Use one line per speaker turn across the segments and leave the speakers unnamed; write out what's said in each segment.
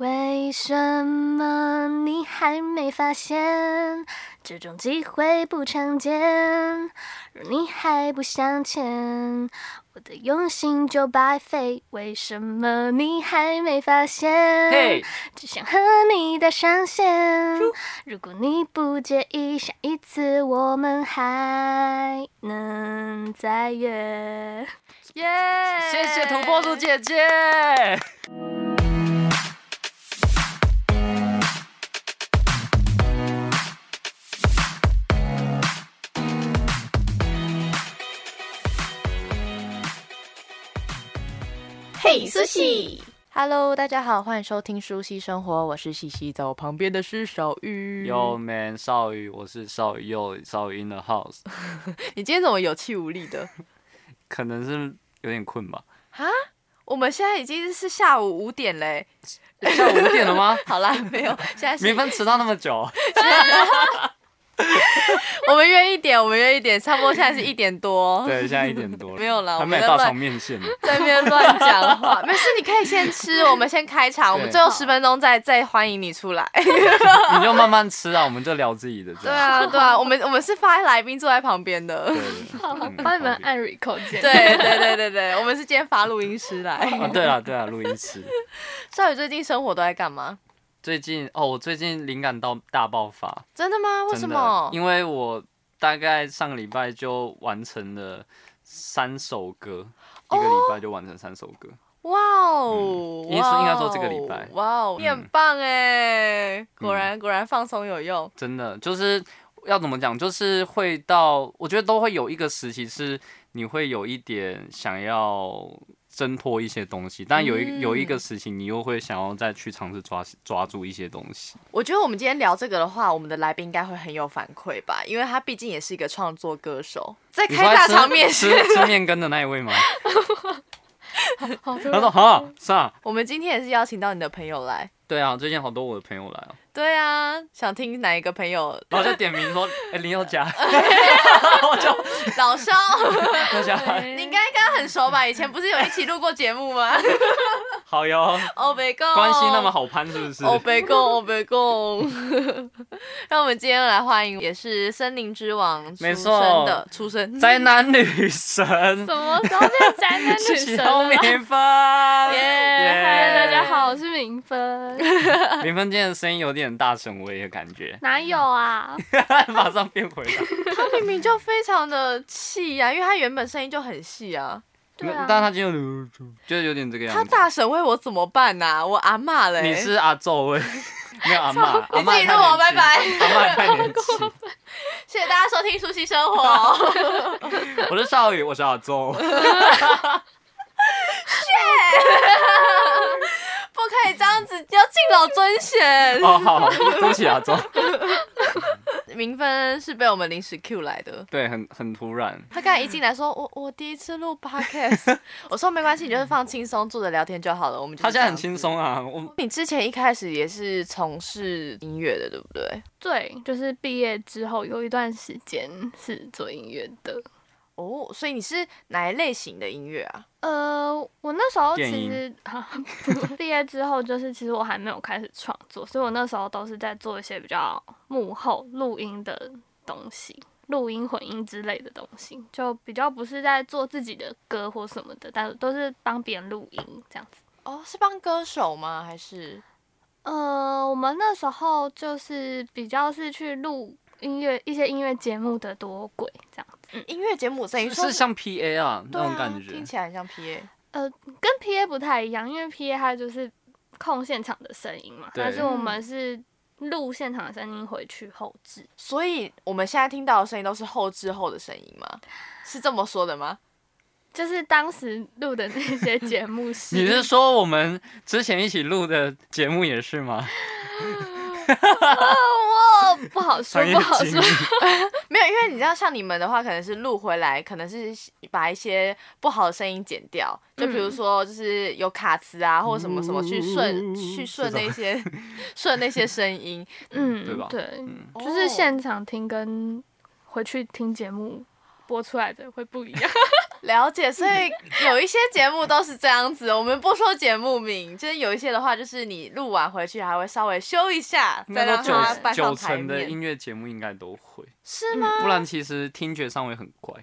为什么你还没发现这种机会不常见？若你还不向前，我的用心就白费。为什么你还没发现
嘿
只想和你搭上线。如果你不介意，下一次我们还能再约。耶、
谢谢土拨鼠姐姐。
嘿，苏西，
Hello，大家好，欢迎收听《舒西生活》，我是西西，在我旁边的是小玉。
Yo man，少宇，我是少宇，Yo 少宇 in the house，
你今天怎么有气无力 的？
可能是有点困吧。
啊，我们现在已经是下午五点嘞。
下午五点了 吗？
好啦，没有，现在
没
是
分迟到那么 久。
我们约一点，我们约一点，差不多现在是一点多。
对，现在一点多了。
没有啦
还没
我们在
有到
乱
场面线呢。
在那边乱讲 话，没事，你可以先吃，我们先开场，我们
对
最后十分钟再再欢迎你出来。
你就慢慢吃啊，我们就聊自己的这
对
样。
啊，对 啊，我们我们是发来宾坐在旁边的。
对对，嗯
帮你们。按 record 键。
对对对对 对，我们是今天发录音师
好啊，
来。
对了对了，录音师。
少宇最近生活都在干嘛？
最近哦，我最近灵感到大爆发，
真的吗？为
真
什
的
么？
因为我大概上个礼拜就完成了三首歌，一个礼拜就完成三首歌。
哇哦！
嗯应该说应该说这个礼拜嗯
哇哦，你很棒哎！果然果然放松有用。
真的就是要怎么讲，就是会到，我觉得都会有一个时期是你会有一点想要挣脱一些东西，但有一、
嗯
有一个时期你又会想要再去尝试抓抓住一些东西。
我觉得我们今天聊这个的话，我们的来宾应该会很有反馈吧，因为他毕竟也是一个创作歌手，在
你
开
说在
大
吃
场面试
吃。吃面羹的那一位吗？
好突
他
然
说哈是啊，
我们今天也是邀请到你的朋友来。
对啊，最近好多我的朋友来哦、
对啊，想听哪一个朋友
然后就点名说，哎、林宥嘉，
老肖？
宥嘉，
你应该跟他很熟吧？以前不是有一起录过节目 吗？
好
哦
哟，
欧北共
关系那么好攀是不是？
欧北共，欧北共。 让我们今天来欢迎，也是森林之王出
没
生
错
的出生
宅男女神，
什么时候变宅男女
是
神
小
了
米？饭。
耶！嗨，大家好，我是明芬。，
林峰今天的声音有点大声，我也感觉
哪有啊？
马上变回来。
他明明就非常的细啊呀、因为他原本声音就很细啊。
对啊
但他今天就是有点这个样
他
子。
大神为我怎么办呐、我阿嬷嘞、
你是阿宙 喂，没有阿妈，阿
你自
妈
己录我拜。拜，
阿妈太年轻，
谢谢大家收听《舒西 生活》。
我是少宇，我是阿 宙。
不可以这样子，要敬老尊贤。
哦，好，对不起阿宙。
明芬是被我们临时 Q 来的。
对，很很突然。
他刚才一进来说：“我我第一次录 podcast。”我说：“没关系，你就是放轻松坐着聊天就好了。”我们就是
他现在很
这样
轻
子。
松啊，我
你之前一开始也是从事音乐的，对不对？
对，就是毕业之后有一段时间是做音乐的。
哦，所以你是哪一类型的音乐啊？
呃，我那时候
电
其实 毕业之后，就是其实我还没有开始创作，所以我那时候都是在做一些比较幕后录音的东西，录音、混音之类的东西，就比较不是在做自己的歌或什么的，但都是帮别人录音这样子。
哦，是帮歌手吗？还是
呃，我们那时候就是比较是去录音乐一些音乐节目的多轨这样子，
音乐节目？等于
是
说
是像 P A 啊
对
那
啊
种感觉
听。起来很像 PA。
跟 PA 不太一样，因为 PA 它就是控现场的声音嘛，
对
但是我们是录现场的声音回去后置。
所以我们现在听到的声音都是后置后的声音吗？是这么说的吗？
就是当时录的那些节 目是，
你是说我们之前一起录的节目也是吗？
哦， 不好说
商，业
不好
机密
说。。
没有，因为你知道，像你们的话，可能是录回来，可能是把一些不好的声音剪掉，就比如说就是有卡词啊，或者什么什么去顺去顺那些顺那些声音。
嗯，
对吧
对，
嗯
哦
就是 现场听跟回去听节目播出来的会不一样。
了解，所以有一些节目都是这样子。我们不说节目名，就是有一些的话，就是你录完回去还会稍微修一下，
应
再
该
让
说
它
九
搬上
九
台
成的
面，
音乐节目应该都会，
是吗？
不然其实听觉上会很怪。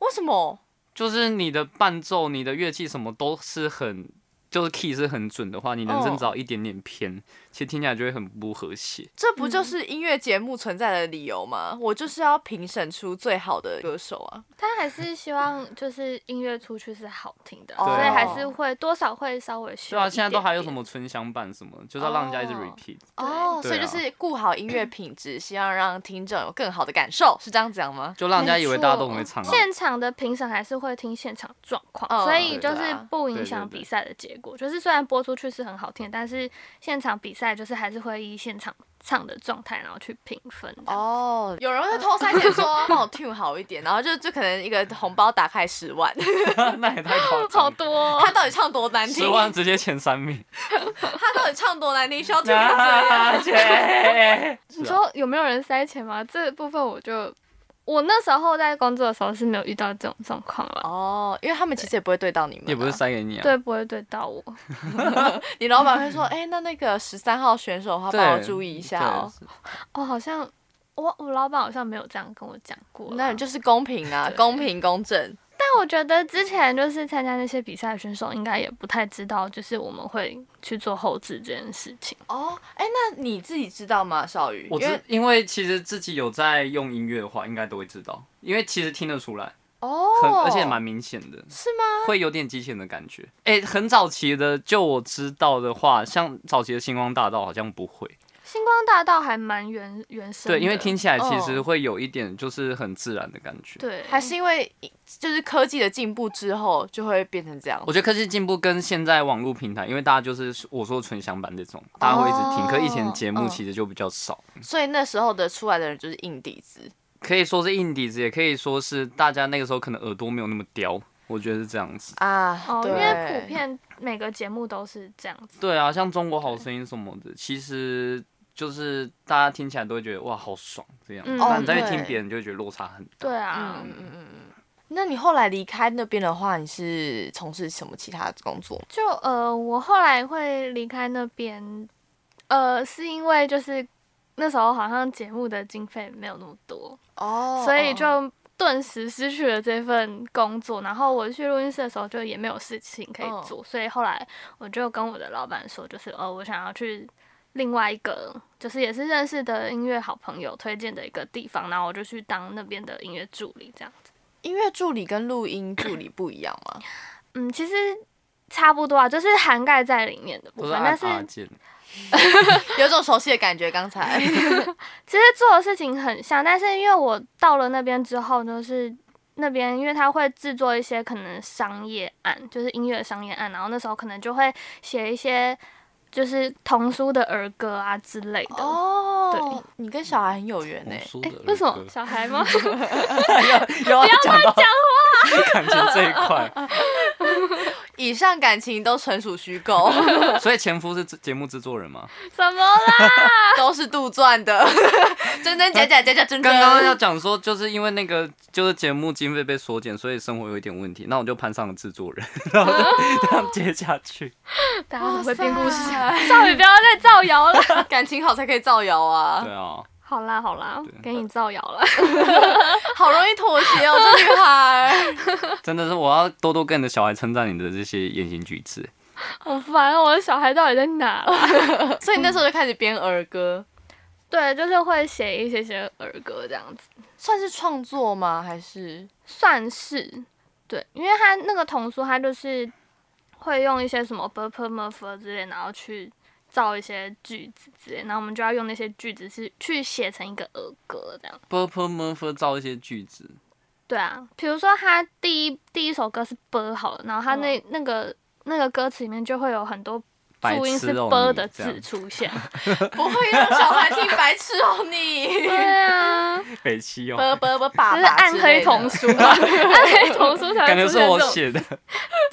为什么？
就是你的伴奏、你的乐器什么都是很，就是 key 是很准的话，你人声
哦
只要一点点偏，其实听起来就会很不和谐。
这不就是音乐节目存在的理由吗？我就是要评审出最好的歌手啊！
他还是希望就是音乐出去是好听的，
哦
所以还是会多少会稍微修
对啊，
一
现在都还有
点
什么春香版什么，就是要让人家一直
哦
repeat。
对
哦，所以
对
就
啊
是顾好音乐品质，希望让听众有更好的感受，是这样讲吗？
就让人家以为大家都很会
没
唱
错
啊。
现场的评审还是会听现场状况，
嗯
所以就是
对啊
不
对
影
对
响
对
比赛的结果。就是虽然播出去是很好听，但是现场比赛就是还是会依现场唱的状态，然后去评分。哦，
哦，有人会偷塞钱说帮我 tune 好一点，然后就就可能一个红包打开十万，
那也太 夸
好
张了，
多哦、
他到底唱多难听
十？万直接前三名。
他到底唱多难听？需要 tune 成 这样？
啊 姐，
你说有没有人塞钱吗？这部分我就我那时候在工作的时候是没有遇到这种状况了。
哦，因为他们其实也不会对到你们啊、
也不是塞给你啊。
对，不会对到我。
你老板会说，哎、那那个十三号选手的话，
对，
帮我注意一下哦。
对。
哦，好像我我老板好像没有这样跟我讲过啦。
那你就是公平啊，
对
公平公正。
但我觉得之前就是参加那些比赛的选手，应该也不太知道，就是我们会去做后置这件事情。
哦，哎、那你自己知道吗，少宇？
我
因为
知，因为其实自己有在用音乐的话，应该都会知道，因为其实听得出来，很
哦，
而且蛮明显的，
是吗？
会有点机器人的感觉。哎，很早期的，就我知道的话，像早期的星光大道好像不会，
星光大道还蛮原原生的，
对，因为听起来其实
哦
会有一点就是很自然的感觉。
对
还是因为就是科技的进步之后，就会变成这样。
我觉得科技进步跟现在网络平台，因为大家就是我说纯享版这种，大家会一直听。可以前节目
嗯
其实就比较少，
所以那时候的出来的人就是硬底子。
可以说是硬底子，也可以说是大家那个时候可能耳朵没有那么刁，我觉得是这样子。
啊，
哦，因
对，
为普遍每个节目都是这样子。
对啊，像中国好声音什么的，其实就是大家听起来都会觉得哇好爽这样，
嗯
但你再
哦
去听
对
别人就会觉得落差很大。
对啊，
嗯嗯嗯嗯嗯。那你后来离开那边的话，你是从事什么其他的工作？
就呃，我后来会离开那边，呃，是因为就是那时候好像节目的经费没有那么多，
哦
所以就顿时失去了这份工作。然后我去录音室的时候，就也没有事情可以
嗯
做，所以后来我就跟我的老板说，就是呃，我想要去另外一个，就是也是认识的音乐好朋友推荐的一个地方，然后我就去当那边的音乐助理，这样子。
音乐助理跟录音助理不一样吗？
嗯，其实差不多啊，就是涵盖在里面的部
都
分，但
是按
是
啊
阿键，
有种熟悉的感觉。刚才
其实做的事情很像，但是因为我到了那边之后，就是那边因为他会制作一些可能商业案，就是音乐商业案，然后那时候可能就会写一些就是童书的儿歌啊之类的。
哦，你跟小孩很有缘欸呢、
红书
诶
的儿歌
哎为什么小孩 吗？
又要讲到 感情这一块？
以上感情都纯属虚构，
所以前夫是制节目制作人吗？
什么啦？
都是杜撰的，真真假假，假假真真。
刚刚要讲说，就是因为那个就是节目经费被缩减，所以生活有一点问题，那我就攀上了制作人，然后
啊
就这样接下去。
大家很会编故事啊，
哇
少宇不要再造谣了。
塞， 感情好才可以造谣啊
对，啊，
好啦好啦
对，
给你造谣了。
好容易妥协哦，这女孩。
真的是我要多多跟你的小孩称赞你的这些言行举止。
好烦哦，我的小孩到底在哪了？
所以你那时候就开始编儿歌，
对，就是会写一些些儿歌这样子。
算是创作吗？还是
算是对，因为他那个童书，他就是会用一些什么 b u r p l e m u r f e 之类，然后去造一些句子之类，然后我们就要用那些句子是去写成一个儿歌这样。
Purple m u r p h e 造一些句子，
对啊，比如说他第一第一首歌是 b 好了，然后他那、那个那个歌词里面就会有很多
嗯白
注音
痴
是
哦
啵
你
的
这样
字出 现。
不会用小环境白痴哦你，
对啊，
北七哦，
啵啵啵爸
就是
爸
暗
之类
黑
的
童书啊， 暗黑童书才
感
会
觉
出
是
现
我
这种。
写的，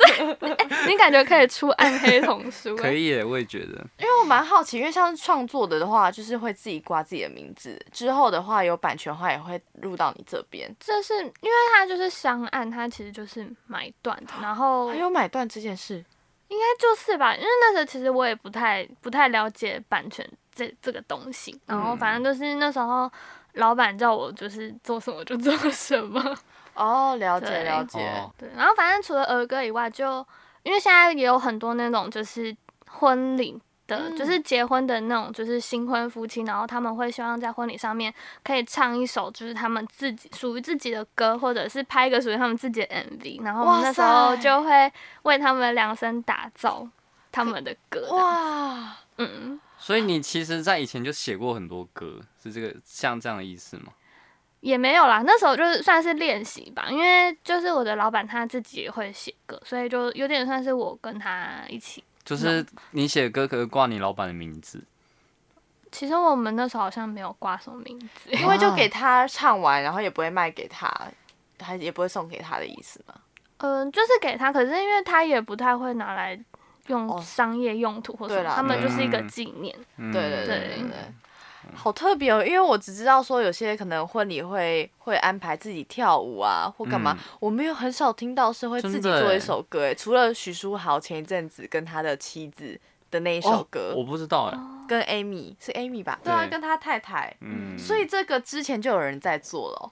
你感觉可以出暗黑童 书、啊
可。以耶，我也觉得。
因为我蛮好奇，因为像是创作的的话，就是会自己挂自己的名字，之后的话有版权的话也会入到你这边。
这是因为它就是商案，它其实就是买断的，然后
还有买断这件事，
应该就是吧，因为那时候其实我也不太不太了解版权这这个东西，然后反正就是那时候老板叫我就是做什么就做什么，
哦，了解
对
了解。
哦，
对，然后反正除了儿歌以外就，因为现在也有很多那种就是婚礼的，
嗯
就是结婚的那种，就是新婚夫妻，然后他们会希望在婚礼上面可以唱一首就是他们自己属于自己的歌，或者是拍一个属于他们自己的 MV，然后我们
哇
那时候
塞
就会为他们量身打造他们的歌这样。
哇，
嗯，
所以你其实，在以前就写过很多歌，是这个像这样的意思吗？
也没有啦，那时候就是算是练习吧，因为就是我的老板他自己也会写歌，所以就有点算是我跟他一起
就是你写歌，可是挂你老板的名字，
其实我们那时候好像没有挂什么名字，
因为就给他唱完，然后也不会卖给他，还也不会送给他的意思嘛。
嗯，就是给他，可是因为他也不太会拿来用
哦
商业用途或什
对
么，
啦
他们就是一个
嗯
纪念。
嗯
对对对
对
对对。好特别哦，因为我只知道说有些可能婚礼会会安排自己跳舞啊，或干嘛，
嗯
我没有很少听到是会自己
真的欸
做一
耶
首歌耶，欸除了许书豪前一阵子跟他的妻子的那一首歌，
哦我不知道哎，
跟 Amy 是 Amy 吧？
对
对啊，跟他太太，
嗯，
所以这个之前就有人在做了哦、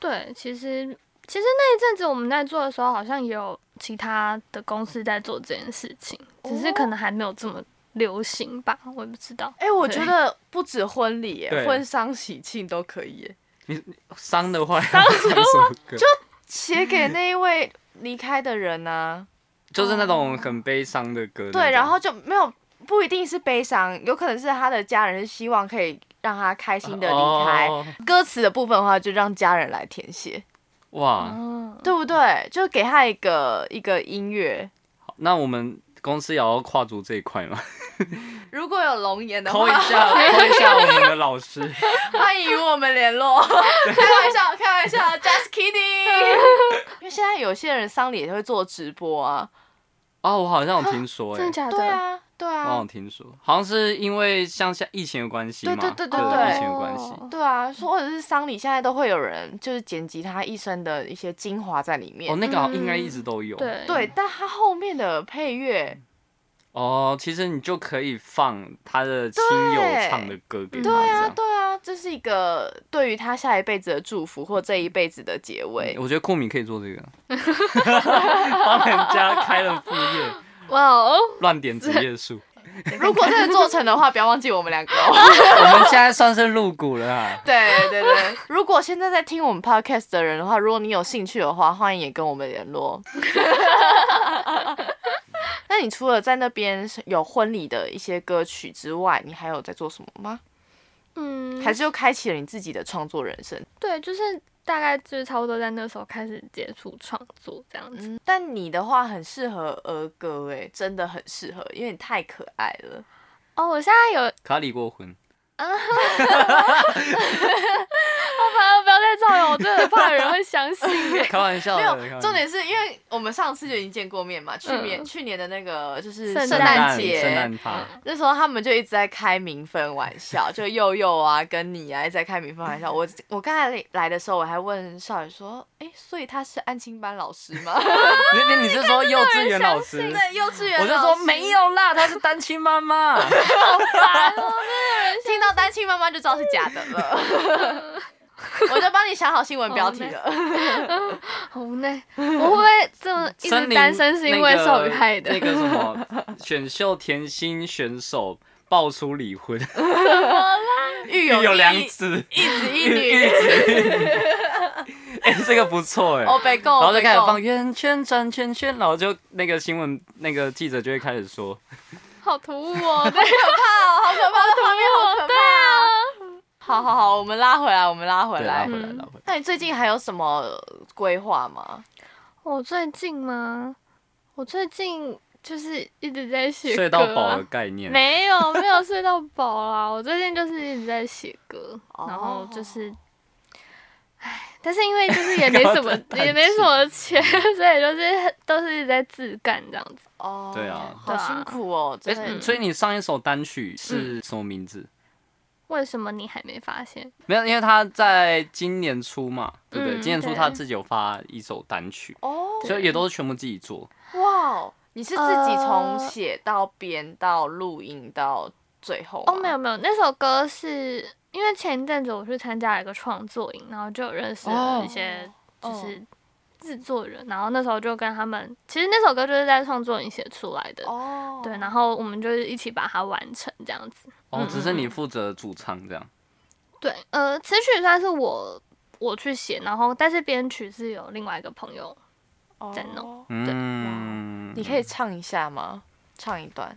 对，其实其实那一阵子我们在做的时候，好像也有其他的公司在做这件事情，
哦
只是可能还没有这么流行吧，我也不知道。
哎、我
对
觉得不止婚礼耶，
对
婚丧喜庆都可以耶，
伤的话要唱什么歌？就
写给那一位离开的人呢、
就是那种很悲伤的歌那种。
对，然后就没有不一定是悲伤，有可能是他的家人是希望可以让他开心的离开。
哦
歌词的部分的话，就让家人来填写，
哇，
嗯，
对不对？就给他一个一个音乐。
那我们公司也要跨足这一块吗？
如果有龙岩的
扣一
话，
下，扣一下我们的老师。
欢迎与我们联 络。开玩笑，开玩笑，just kidding。因为现在有些人丧礼也会做直播啊。
哦，我好像有听说
真
哎
的。假的？
对啊，对
我好
啊
像，听说，好像是因为像像疫情的关系嘛，
对对对对
哦，
啊疫情的关系，
对啊，说或者是丧礼，现在都会有人就是剪辑他一生的一些精华在里面。
哦，那个好像应该
嗯
一直都有，
对
对，但他后面的配乐，
哦，其实你就可以放他的亲友唱的歌给
对
他，
对
这
啊，
样。
对啊，这是一个对于他下一辈子的祝福或这一辈子的结尾。
我觉得酷米可以做这个，帮人家开了副业，
哇哦，
乱点职业 数。
如果真的做成的话，不要忘记我们两个哦。
我们现在算是入股了啊，
对对对，如果现在在听我们 podcast 的人的话，如果你有兴趣的话，欢迎也跟我们联络。 那你除了在那边是有婚礼的一些歌曲之外，你还有在做什么吗？
嗯，
还是又开启了你自己的创作人生？
对，就是大概就是差不多在那时候开始接触创作这样子。
嗯，但你的话很适合儿歌，哎，真的很适合，因为你太可爱了。
哦，我现在有
卡离过婚，
啊！不要再造谣，我真的怕有人会相信 耶。
开玩笑
没
的。
有，
开玩笑
重点是因为我们上次就已经见过面嘛，去年、
嗯
去年的那个就是
圣
圣
圣
诞
圣
节，
诞趴，
那时候他们就一直在开民分玩笑，就佑佑啊跟你啊一直在开民分玩笑。我我刚才来的时候，我还问少爷说，哎、所以他是安亲班老师吗？
你你你是说幼稚园老师？
对，幼稚园
我就
老
说
师
没，有啦，她是单亲妈 妈。
哦
听到单亲妈妈就知道是假的了。 我就帮你想好新闻标题了。
哦好无奈，我会不会这么一
森
直
林
单身是因为少宇害的？
那个、那个什么选秀甜心选手爆出 离婚，
育
有
一
两子，
一子 一
一
女，
子。哎、这个不错哎、
哦被告，
然后就
被
开始
告
放圆圈转圈圈，然后就那个新闻那个记者就会开始说，
好突兀哦！对，
怕哦，好 可怕，这画面好可怕。
啊
好好好，我们拉回来，我们拉回
对，啊拉
来
回。来，
嗯
拉回来。
那你最近还有什么规划吗？
我最近吗？我最近就是一直在写
睡
歌、
到饱
啊
的，概念。
没有没有睡到饱啦，我最近就是一直在写歌，
哦
然后就是，唉，但是因为就是也没什么
搞得
也没什么钱， 所以就是都是一直在自干这样子。
哦，
对啊
好辛苦哦，
哎、
真
嗯
的。
啊
所以你上一首单曲是什么名字？
为什么你还没发现？
没有，因为他在今年初嘛，对不对？
嗯
今年初
对
他自己有发一首单曲，
哦，
所以也都是全部自己做。
哇哦，你是自己从
呃
写到编到录音到最后
哦，
吗
没有没有，那首歌是因为前一阵子我去参加了一个创作营，然后就认识了一些
哦
就是制作人，然后那时候就跟他们，其实那首歌就是在创作营写出来的，
哦，
对，然后我们就是一起把它完成这样子。
嗯
哦，只是你负责主唱这样。
对，呃，词曲算是我我去写，然后但是编曲是有另外一个朋友。在弄
哦。
嗯，
你可以唱一下吗？唱一段。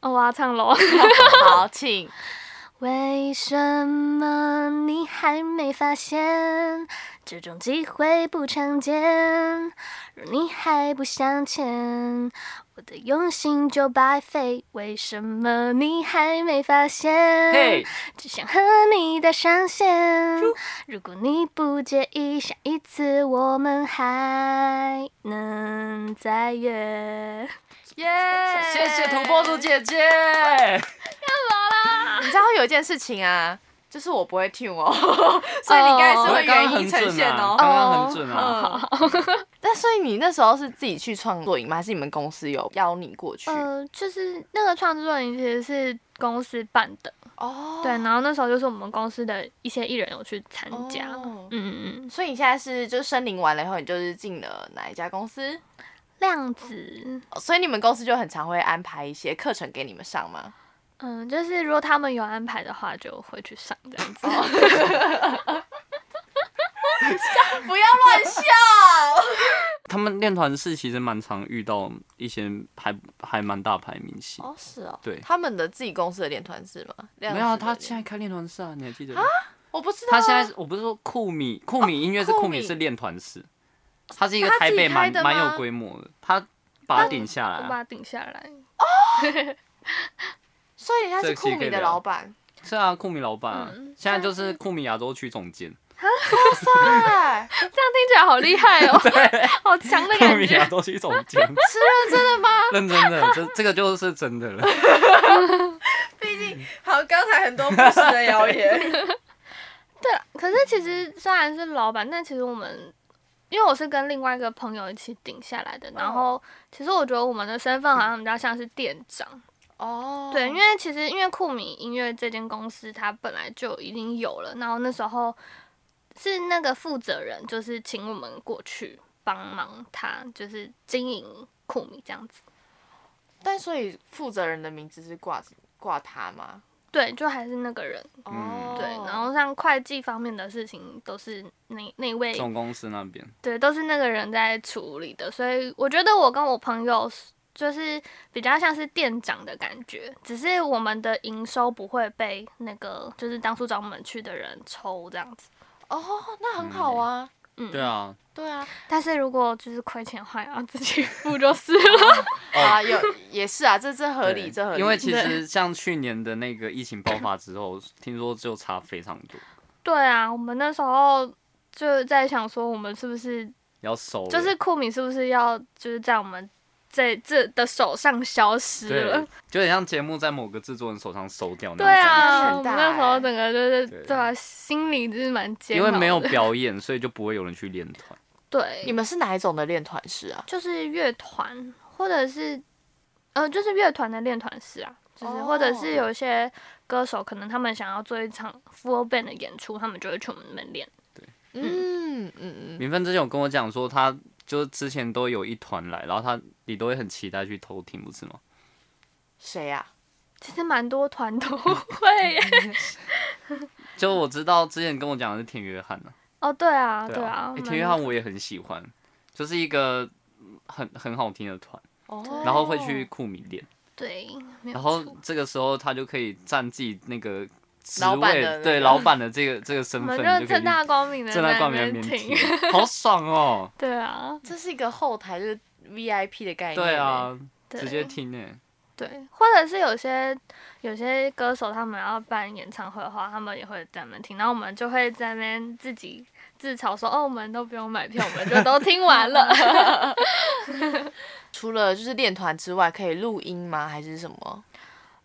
哦，我要唱喽！
好，请。
为什么你还没发现这种机会不常见？若你还不向前，我的用心就白费。为什么你还没发现？
嘿，
只想和你搭上线。如果你不介意，下一次我们还能再约。
耶！
谢谢土拨鼠姐姐。
你知道有一件事情啊，就是我不会听哦， 所以你刚才是
我
会
哦刚刚
哦原音
很
呈
准
现
啊，
哦。
刚刚很准啊。
那所以你那时候是自己去创作营吗？还是你们公司有邀你过去？
哦
呃，就是那个创作营其实是公司办的，
哦
对，，然后那时候就是我们公司的一些艺人有去参加，
哦
嗯嗯嗯，
所以你现在是就是申领完了以后，你就是进了哪一家公司？
量子，
哦所以你们公司就很常会安排一些课程给你们上吗？
嗯，就是如果他们有安排的话，就会去上这样子。
不要乱 笑。
他们练团是其实蛮常遇到一些还还蛮大牌明星。
哦，是哦，
对
他们的自己公司的练团是吗？没
没有啊，他现在开练团室啊，你还记得吗？
我不知道啊，
他现在是我不是说酷米酷米音乐是
酷
酷米
米
是练团室，他是一个
他自
台
己
北
开
蛮
的
蛮
吗
有规模的，他把它顶下来
我
啊，
把它顶下来，
所以他是
这
酷
期可
米
以
的
聊
老板，
是啊，酷米老板啊
嗯，
现在就是酷米亚洲区总监，
对，
这样听起来好厉害 哦，好强的
酷
感
米
觉
亚。 洲区总 监，
是认真的吗？
认真的，这这个就是真的了。
好，刚才很多不实的谣言。
对了，可是其实虽然是老板，但其实我们因为我是跟另外一个朋友一起顶下来的，然后其实我觉得我们的身份好像比较像是店长，
哦，
对，因为其实因为酷米音乐这间公司它本来就已经有了，然后那时候是那个负责人就是请我们过去帮忙他，就是经营酷米这样子，
但所以负责人的名字是挂挂他吗？哦
对，就还是那个人，
嗯
对，然后像会计方面的事情都是那那位
总公司那边，
对，都是那个人在处理的，所以我觉得我跟我朋友是就是比较像是店长的感觉，只是我们的营收不会被那个就是当初找我们去的人抽这样子。
哦，那很好啊。
嗯，
对。啊，
对啊，
但是如果就是亏钱的话，也要自己 付就是了。
啊有也是啊，这这合理，
哦对
这合理。
因为其实像去年的那个疫情爆发之后，听说就差非常多，
对啊，我们那时候就在想说，我们是不是
要收了
就是库米是不是要就是在我们这这的手上消失
对
了？，
就很像节目在某个制作人手上收掉那
呃对
种感
啊，
很
我
大
们那时候
欸
整个就是
对
对啊，心里就是蛮
觉，
煎
因为没有
熬的
表演，所以就不会有人去练团。
你
对，
们是哪一种的练团式啊？
就是乐团或者是呃，就是乐团的练团式啊，就是、
哦
或者是有一些歌手可能他们想要做一场 full band 的演出，他们就会去我们那边练。
嗯 嗯嗯，
明芬之前有跟我讲说，他就是之前都有一团来，然后他你都会很期待去偷听，不是吗？
谁啊？
其实蛮多团都 会 耶
就我知道之前跟我讲的是田约翰呢、
哦，对啊，对
啊
啊，，
诶
蛮
田约
多
翰我也很喜欢，就是一个很很好听的团，
哦
然后会去酷米练，
对， 没有
然后
错
这个时候他就可以占自己那个职
老板
位，
的那
对
个
老板的这个这个身
我
份，
们
你
就
就可以
正大光明的
正大光明的面听， 好爽哦！
对啊，
这是一个后台，就是 VIP 的概念。
对，啊，
对
直接听诶、
对，或者是有些有些歌手他们要办演唱会的话，他们也会在那边听，然后我们就会在那边自己自嘲说：“哦，我们都不用买票，我们就都听完了。
除了就是练团之外，可以录音吗？还是什么？”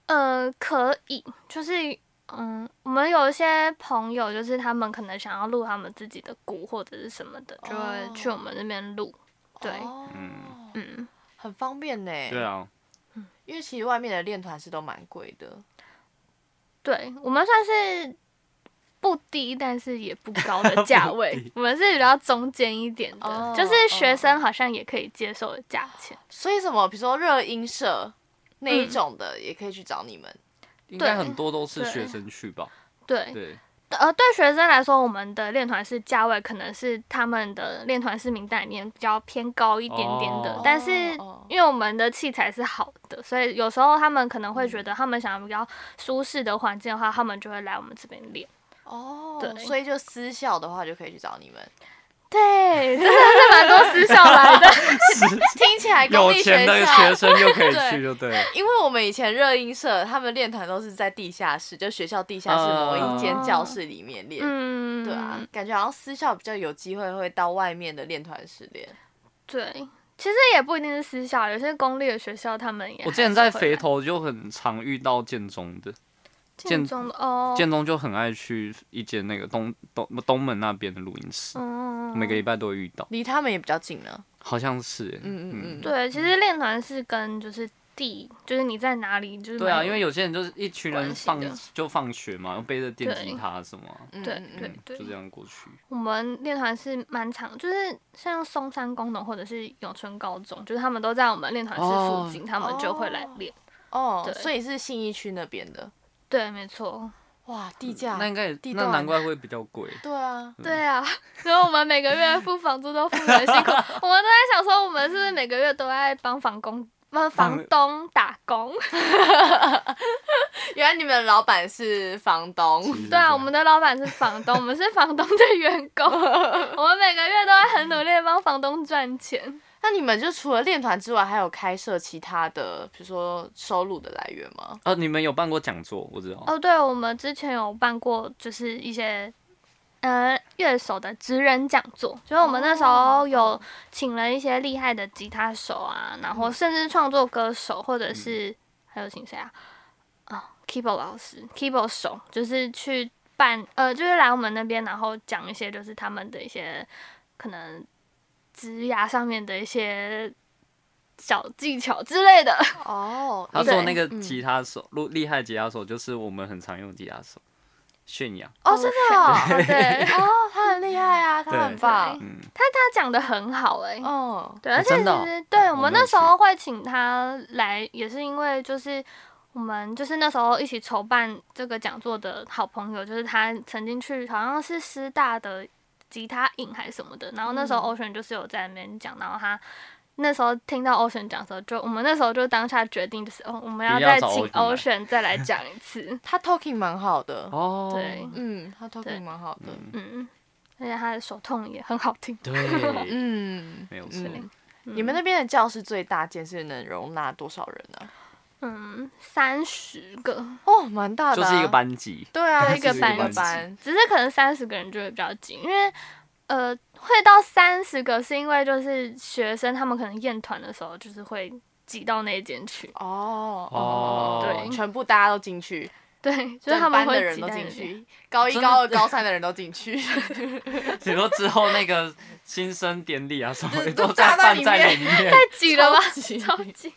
呃，可以，就是嗯，我们有一些朋友，就是他们可能想要录他们自己的鼓或者是什么的，就
哦
会去我们那边录。对，
嗯，
嗯，
很方便呢。
对，啊，
因为其实外面的练团是都蛮贵的。
对，我们算是。不低，但是也不高的 价
不
位
低，
我们是比较中间一点的
哦
就是学
哦
生好像也可以接受的价钱。
所以什么，比如说热音社那
嗯
一种的，也可以去找你们。
应
对
该很多都是
对
学生去吧？
对，
对，
呃，对学生来说，我们的练团式价位可能是他们的练团式名单里面比较偏高一点点的，
哦
但是
哦
因为我们的器材是好的，所以有时候他们可能会觉
嗯
得他们想要比较舒适的环境的话，他们就会来我们这边练。
哦，
对
所以就私校的话就可以去找你们。
对，真的是蛮多私校来的。
听起来公
有
立
钱
学
的学
校，
生就可以
对
去，就对了。
因为我们以前热音社他们练团都是在地下室，就学校地下室
啊
某一间教室里面 练。
嗯，
对啊，感觉好像私校比较有机会会到外面的练团室练。
对。其实也不一定是私校，有些公立的学校他们也还是会来。啊
我之前在肥头就很常遇到建中的，
建中的哦，
建中就很爱去一间那个东东东门那边的录音室，
嗯，
每个礼拜都会遇到，
离他们也比较近呢。
好像是欸。
嗯嗯嗯，
对，其实练团是跟就是地，就是你在哪里，就是
对啊，
蛮
因为有些人就是一群人
关系
放
的
就放学嘛，然后背着电吉
对
他什么啊，
嗯
对
嗯嗯
对
嗯就这样过去。
我们练团是蛮长，就是像松山工农或者是永春高中，就是他们都在我们练团室附近，他们就会来练。
哦，
对
所以是信义区那边的。
对，没错，
哇，地价
那应该也
地
那
段
难怪会比较贵。
对啊，
啊对啊，所以我们每个月付房租都付得很 辛苦，我们都在想说，我们是不是每个月都在帮房工。帮房东打工，
原来你们的老板是房东。
其实
对啊，
这
我
样
们的老板是房东，我们是房东的员 工，我们每个月都在很努力地帮房东赚钱。
那你们就除了练团之外，还有开设其他的，比如说收入的来源吗？
呃，你们有办过讲座，我知道。
哦，对，我们之前有办过，就是一些呃乐手的职人讲座，就是我们那时候有请了一些厉害的吉他手啊，然后甚至创作歌手，或者是、还有请谁啊？哦 k e y b o a r d 老师 k e y b o a r d 手，就是去办呃，就是来我们那边，然后讲一些就是他们的一些可能职涯上面的一些小技巧之类的。
哦，
他说那个
嗯
吉他手，录厉害吉他手就是我们很常用的吉他手，炫耀。
哦，真的哦，
哦 对，
哦，他很厉害啊，他很棒，
嗯，
他讲的很好哎、
哦，。
对，
啊
而且
真
其
的哦
实对我
我
们
没有
那时候会请他来，也是因为就是我们就是那时候一起筹办这个讲座的好朋友，就是他曾经去好像是师大的吉他营还是什么的，然后那时候
嗯
Ocean 就是有在那边讲，然后他。那时候听到 Ocean 讲的时候，就我们那时候就当下决定，就是哦，我们要
一定要
再
找
请
Ocean
Ocean 再来讲一 次
他 talking 蛮好的，
哦，
对
嗯，他
对
talking 蛮好的，
嗯，而且他的手痛也很好听。
对，
嗯，
没有错。
嗯，你们那边的教室最大间是能容纳多少人呢？
嗯，三十个，
哦，蛮大的，
就是一个，班级，
对啊，
对一个
就是
班级
班，
只是可能三十个人就会比较紧，因为呃，会到三十个是因为就是学生他们可能验团的时候就是会挤到那一间去，
哦
哦
对
全部大家都进去，
对，就
整
是他们
班
会
的人
挤
都
在
进
那边。
去，高一、
真的
高二、高三的人都进去，
你说之后那个新生典礼啊什么的
都
都在
扎在
放
里
在
面
里面，
太挤了吧，超
超级
挤。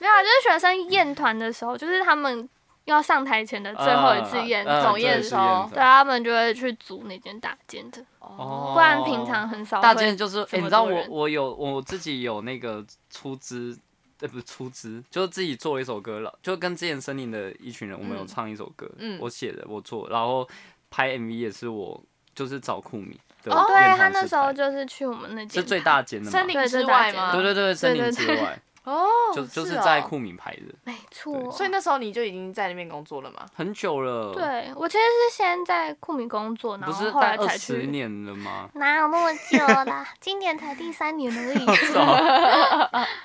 没有啊，就是学生验团的时候，就是他们要上台前的 最后一次验
嗯嗯
总
总
验
验
对
收，
是验
对，他们就会去组那间大间的，
哦
不然平常很少
大
会
件就是，
这
哎、
么
你知道
多
我
人
我有我自己有那个出资，呃，不是出资，就是自己做了一首歌了，就跟之前森林的一群人，我们有
嗯
唱一首歌，
嗯
我写的，我做，然后拍 MV 也是我，就是找酷米的
哦，对
练
他
团
那
室
时候
拍
就是去我们那间
是
拍，
最大间的嘛
森，林之外吗？
对对对，森林
对
之
对
外，
哦，
就就是
哦
在库米拍的，
没
对
错。
所以那时候你就已经在那边工作了吗？
很久了，，
对我其实是先在库米工作，然
不是
后后来
待二
才
十
去。哦
年了吗？
哪有那么久啦？今年才第三年而 已。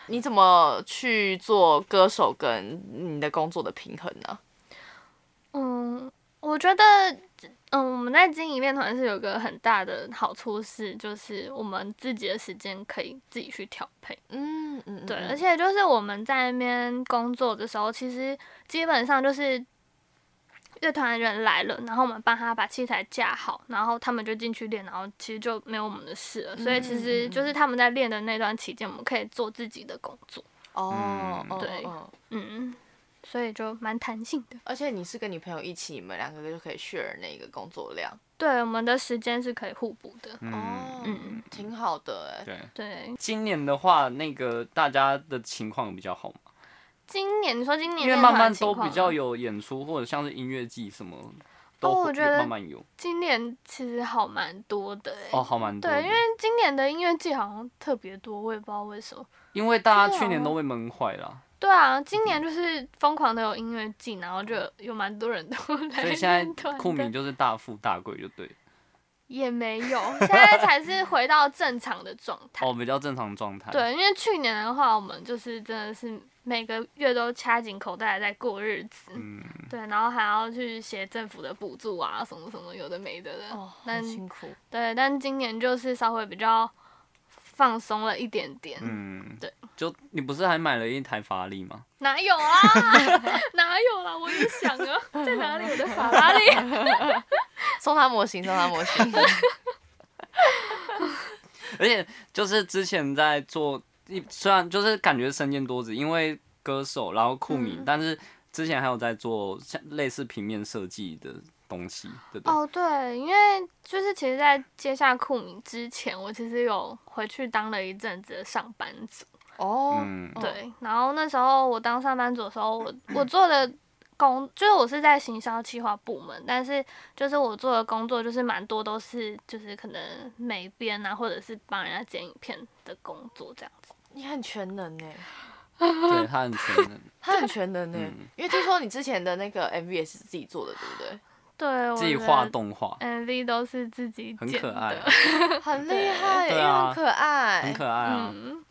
你怎么去做歌手跟你的工作的平衡呢？
嗯，我觉得，嗯，我们在经营面团是有个很大的好处是，就是我们自己的时间可以自己去调配。
嗯嗯，
对，而
且
且就是我们在那边工作的时候，其实基本上就是乐团的人来了，然后我们帮他把器材架好，然后他们就进去练，然后其实就没有我们的事了。所以
嗯
其实就是他们在练的那段期间，我们可以做自己的工作，
哦
嗯，
哦
对
哦
嗯，所以就蛮弹性的。
而且你是跟你朋友一起，你们两个就可以 share 那个工作量，
对，我们的时间是可以互补的。
嗯，
哦，
嗯
挺好的哎。
对。
对，
今年的话，那个大家的情况比较好嘛，
今年你说今年
因为
练
慢
团
慢
的情
都
况
比较
吗，哦
有演出，或者像是音乐季什么，都
我
会
觉得
慢慢有
今年其实好蛮多的欸
哦，好蛮多的。
对，因为今年的音乐季好像特别多，我也不知道为什么。
因为大家
真的
去年
哦
都被闷坏 了，
对啊，
嗯
今年就是疯狂的有音乐季，然后就有蛮多人都 来
所以现
练
在
团
库
的
米就是大富大贵就对了，
也没 有，现在才是回到正常的状态。
哦，比较正常状态。，
对，因为去年的话，我们就是真的是每个月都掐紧口袋在过日子，
嗯，
对，然后还要去写政府的补助啊，什么什么有的没的的。
哦，
但
很辛苦。
对，但今年就是稍微比较放松了一点点。
嗯，
对，
就你不是还买了一台法拉利吗？
哪有啊？ 哪有啦？我也想啊，在哪里？我的法拉利。
送他模型，送他模型。
而且就是之前在做，一虽然就是感觉身兼多职，因为歌手，然后酷米，
嗯
但是之前还有在做像类似平面设计的东西，对不对？
哦，对，因为就是其实，在接下库米之前，我其实有回去当了一阵子的上班族。
哦，
嗯，
哦
对，然后那时候我当上班族的时候，我我做的工就是我是在行销企划部门，但是就是我做的工作就是蛮多都是就是可能美编啊，或者是帮人家剪影片的工作这样子。
你很全能哎，
对，他很全能，
他很全能哎
嗯，
因为听说你之前的那个 MV 也是自己做的，对不对？
对，
哦
我
自己
觉
画
得
动画，
哎
MV 都是自己
很
剪
可爱
的
啊，
很厉害，因
对
为
啊
很可爱，
很可爱啊。
嗯，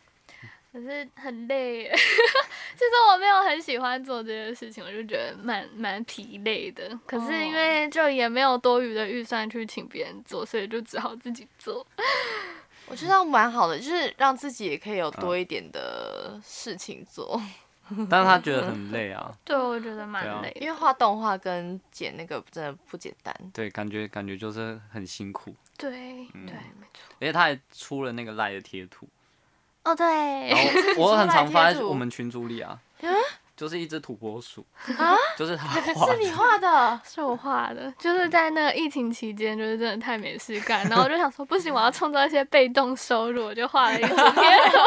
可是很累 耶。其实我没有很喜欢做这件事情，我就觉得蛮蛮疲累的。可是因为就也没有多余的预算去请别人做，所以就只好自己 做。
我觉得这样蛮好的，就是让自己也可以有
嗯
多一点的事情做，
但是他觉得 很累啊，
对，我觉得
对啊
蛮累
因
的。
为画动画跟剪那个真的不简单。
对，感觉感觉就是很辛苦，
对对，没错。
而且他还出了那个赖的贴图，
哦，对
嗯
然，后 我我很常发
出赖贴
在
图
我们群组里啊，就是一只土拨鼠， 就是他画
啊 是你画的，
是我画的，就是在那个疫情期间，就是真的太没事干，然后我就想说，不行，我要创造一些被动收入，我就画了一张 贴图，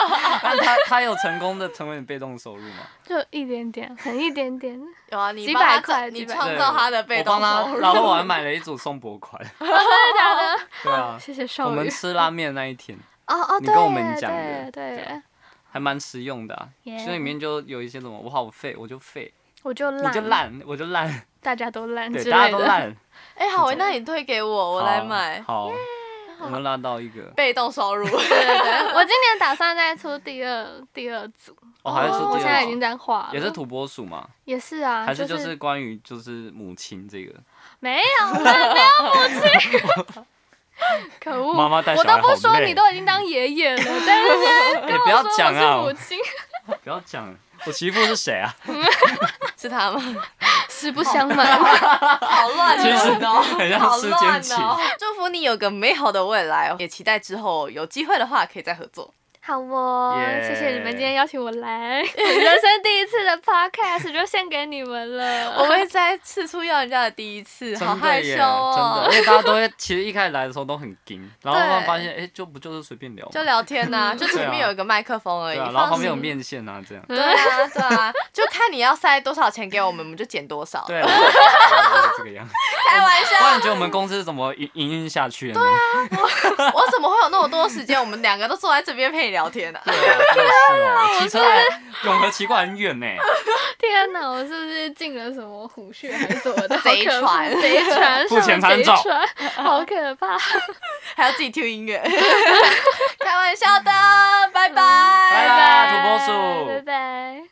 但他他有成功的成为你被动收入吗？
就一点点，很一点点。
有啊，你
几
帮他
百块
创你
几百
创
对
造他的被动
我帮
收
他，
入。
然后我还买了一组松柏款，对啊，
谢谢
我
少
们
宇。
吃拉面那一天
哦哦，
你
对
跟我们讲
对
的对
对
啊，还蛮实用的、啊，
Yeah
这里面就有一些什么我好废，我就废，
我就
你
烂，
就烂，我就烂，
大家都烂
对，
之
大
类
家都
的。
烂，
哎，好欸，那你推给我，我来
好
买
好，我们拉到一个，
被动 收入。
对对对，我今年打算再出第二第二组，
哦，还是
我
这
现在已经
个，
在画了，
也是土拨鼠嘛，
也是啊，
还是
就
就是关于就是母亲这个，
没有我没有母亲，可恶，
妈妈带小
我
孩
都
好
不说，
累
你都已经当爷爷了，在那边
你不要讲啊，
说我
我
是母亲，
不要讲，我媳妇是谁 啊？
是他吗？
实不相瞒，
好乱
其实
哦，
很像
好
世
乱
间情，
哦！祝福你有个美好的未来，也期待之后有机会的话可以再合 作。
好哦，
Yeah
谢谢你们今天邀请我来，我人生第一次的 podcast 就献给你们
我
了，
会再次出要人家的第一次，好
真
害
的耶，
羞
真的，
哦
而。且大家都会，其实一开始来的时候都很惊，然后
对
突然发现，哎，就不就是随便聊嘛，
就聊 天呐、就前
对
面
啊
有一个麦克风而已，
对啊，然
放
后旁边有
心
面线啊， 这样。
对啊，对啊， 就看你要塞多少钱给我们，我们就减多少。
对，我觉得就是这个样。
开玩笑
然你觉得我们公司是怎么营营运下去的呢？
我怎么会有那么多时间？我们两个都坐在这边陪你聊天呢、
对啊，真 的是哦骑车来永和骑过来很远呢。
天哪，我是不是进了什么虎穴还是什 么的？好
贼
可怕
船
贼船，
付
上
钱才能
贼
走
船，好可怕！
还要自己听音乐， 开玩笑的，拜拜，
嗯拜拜，土拨鼠
拜。拜。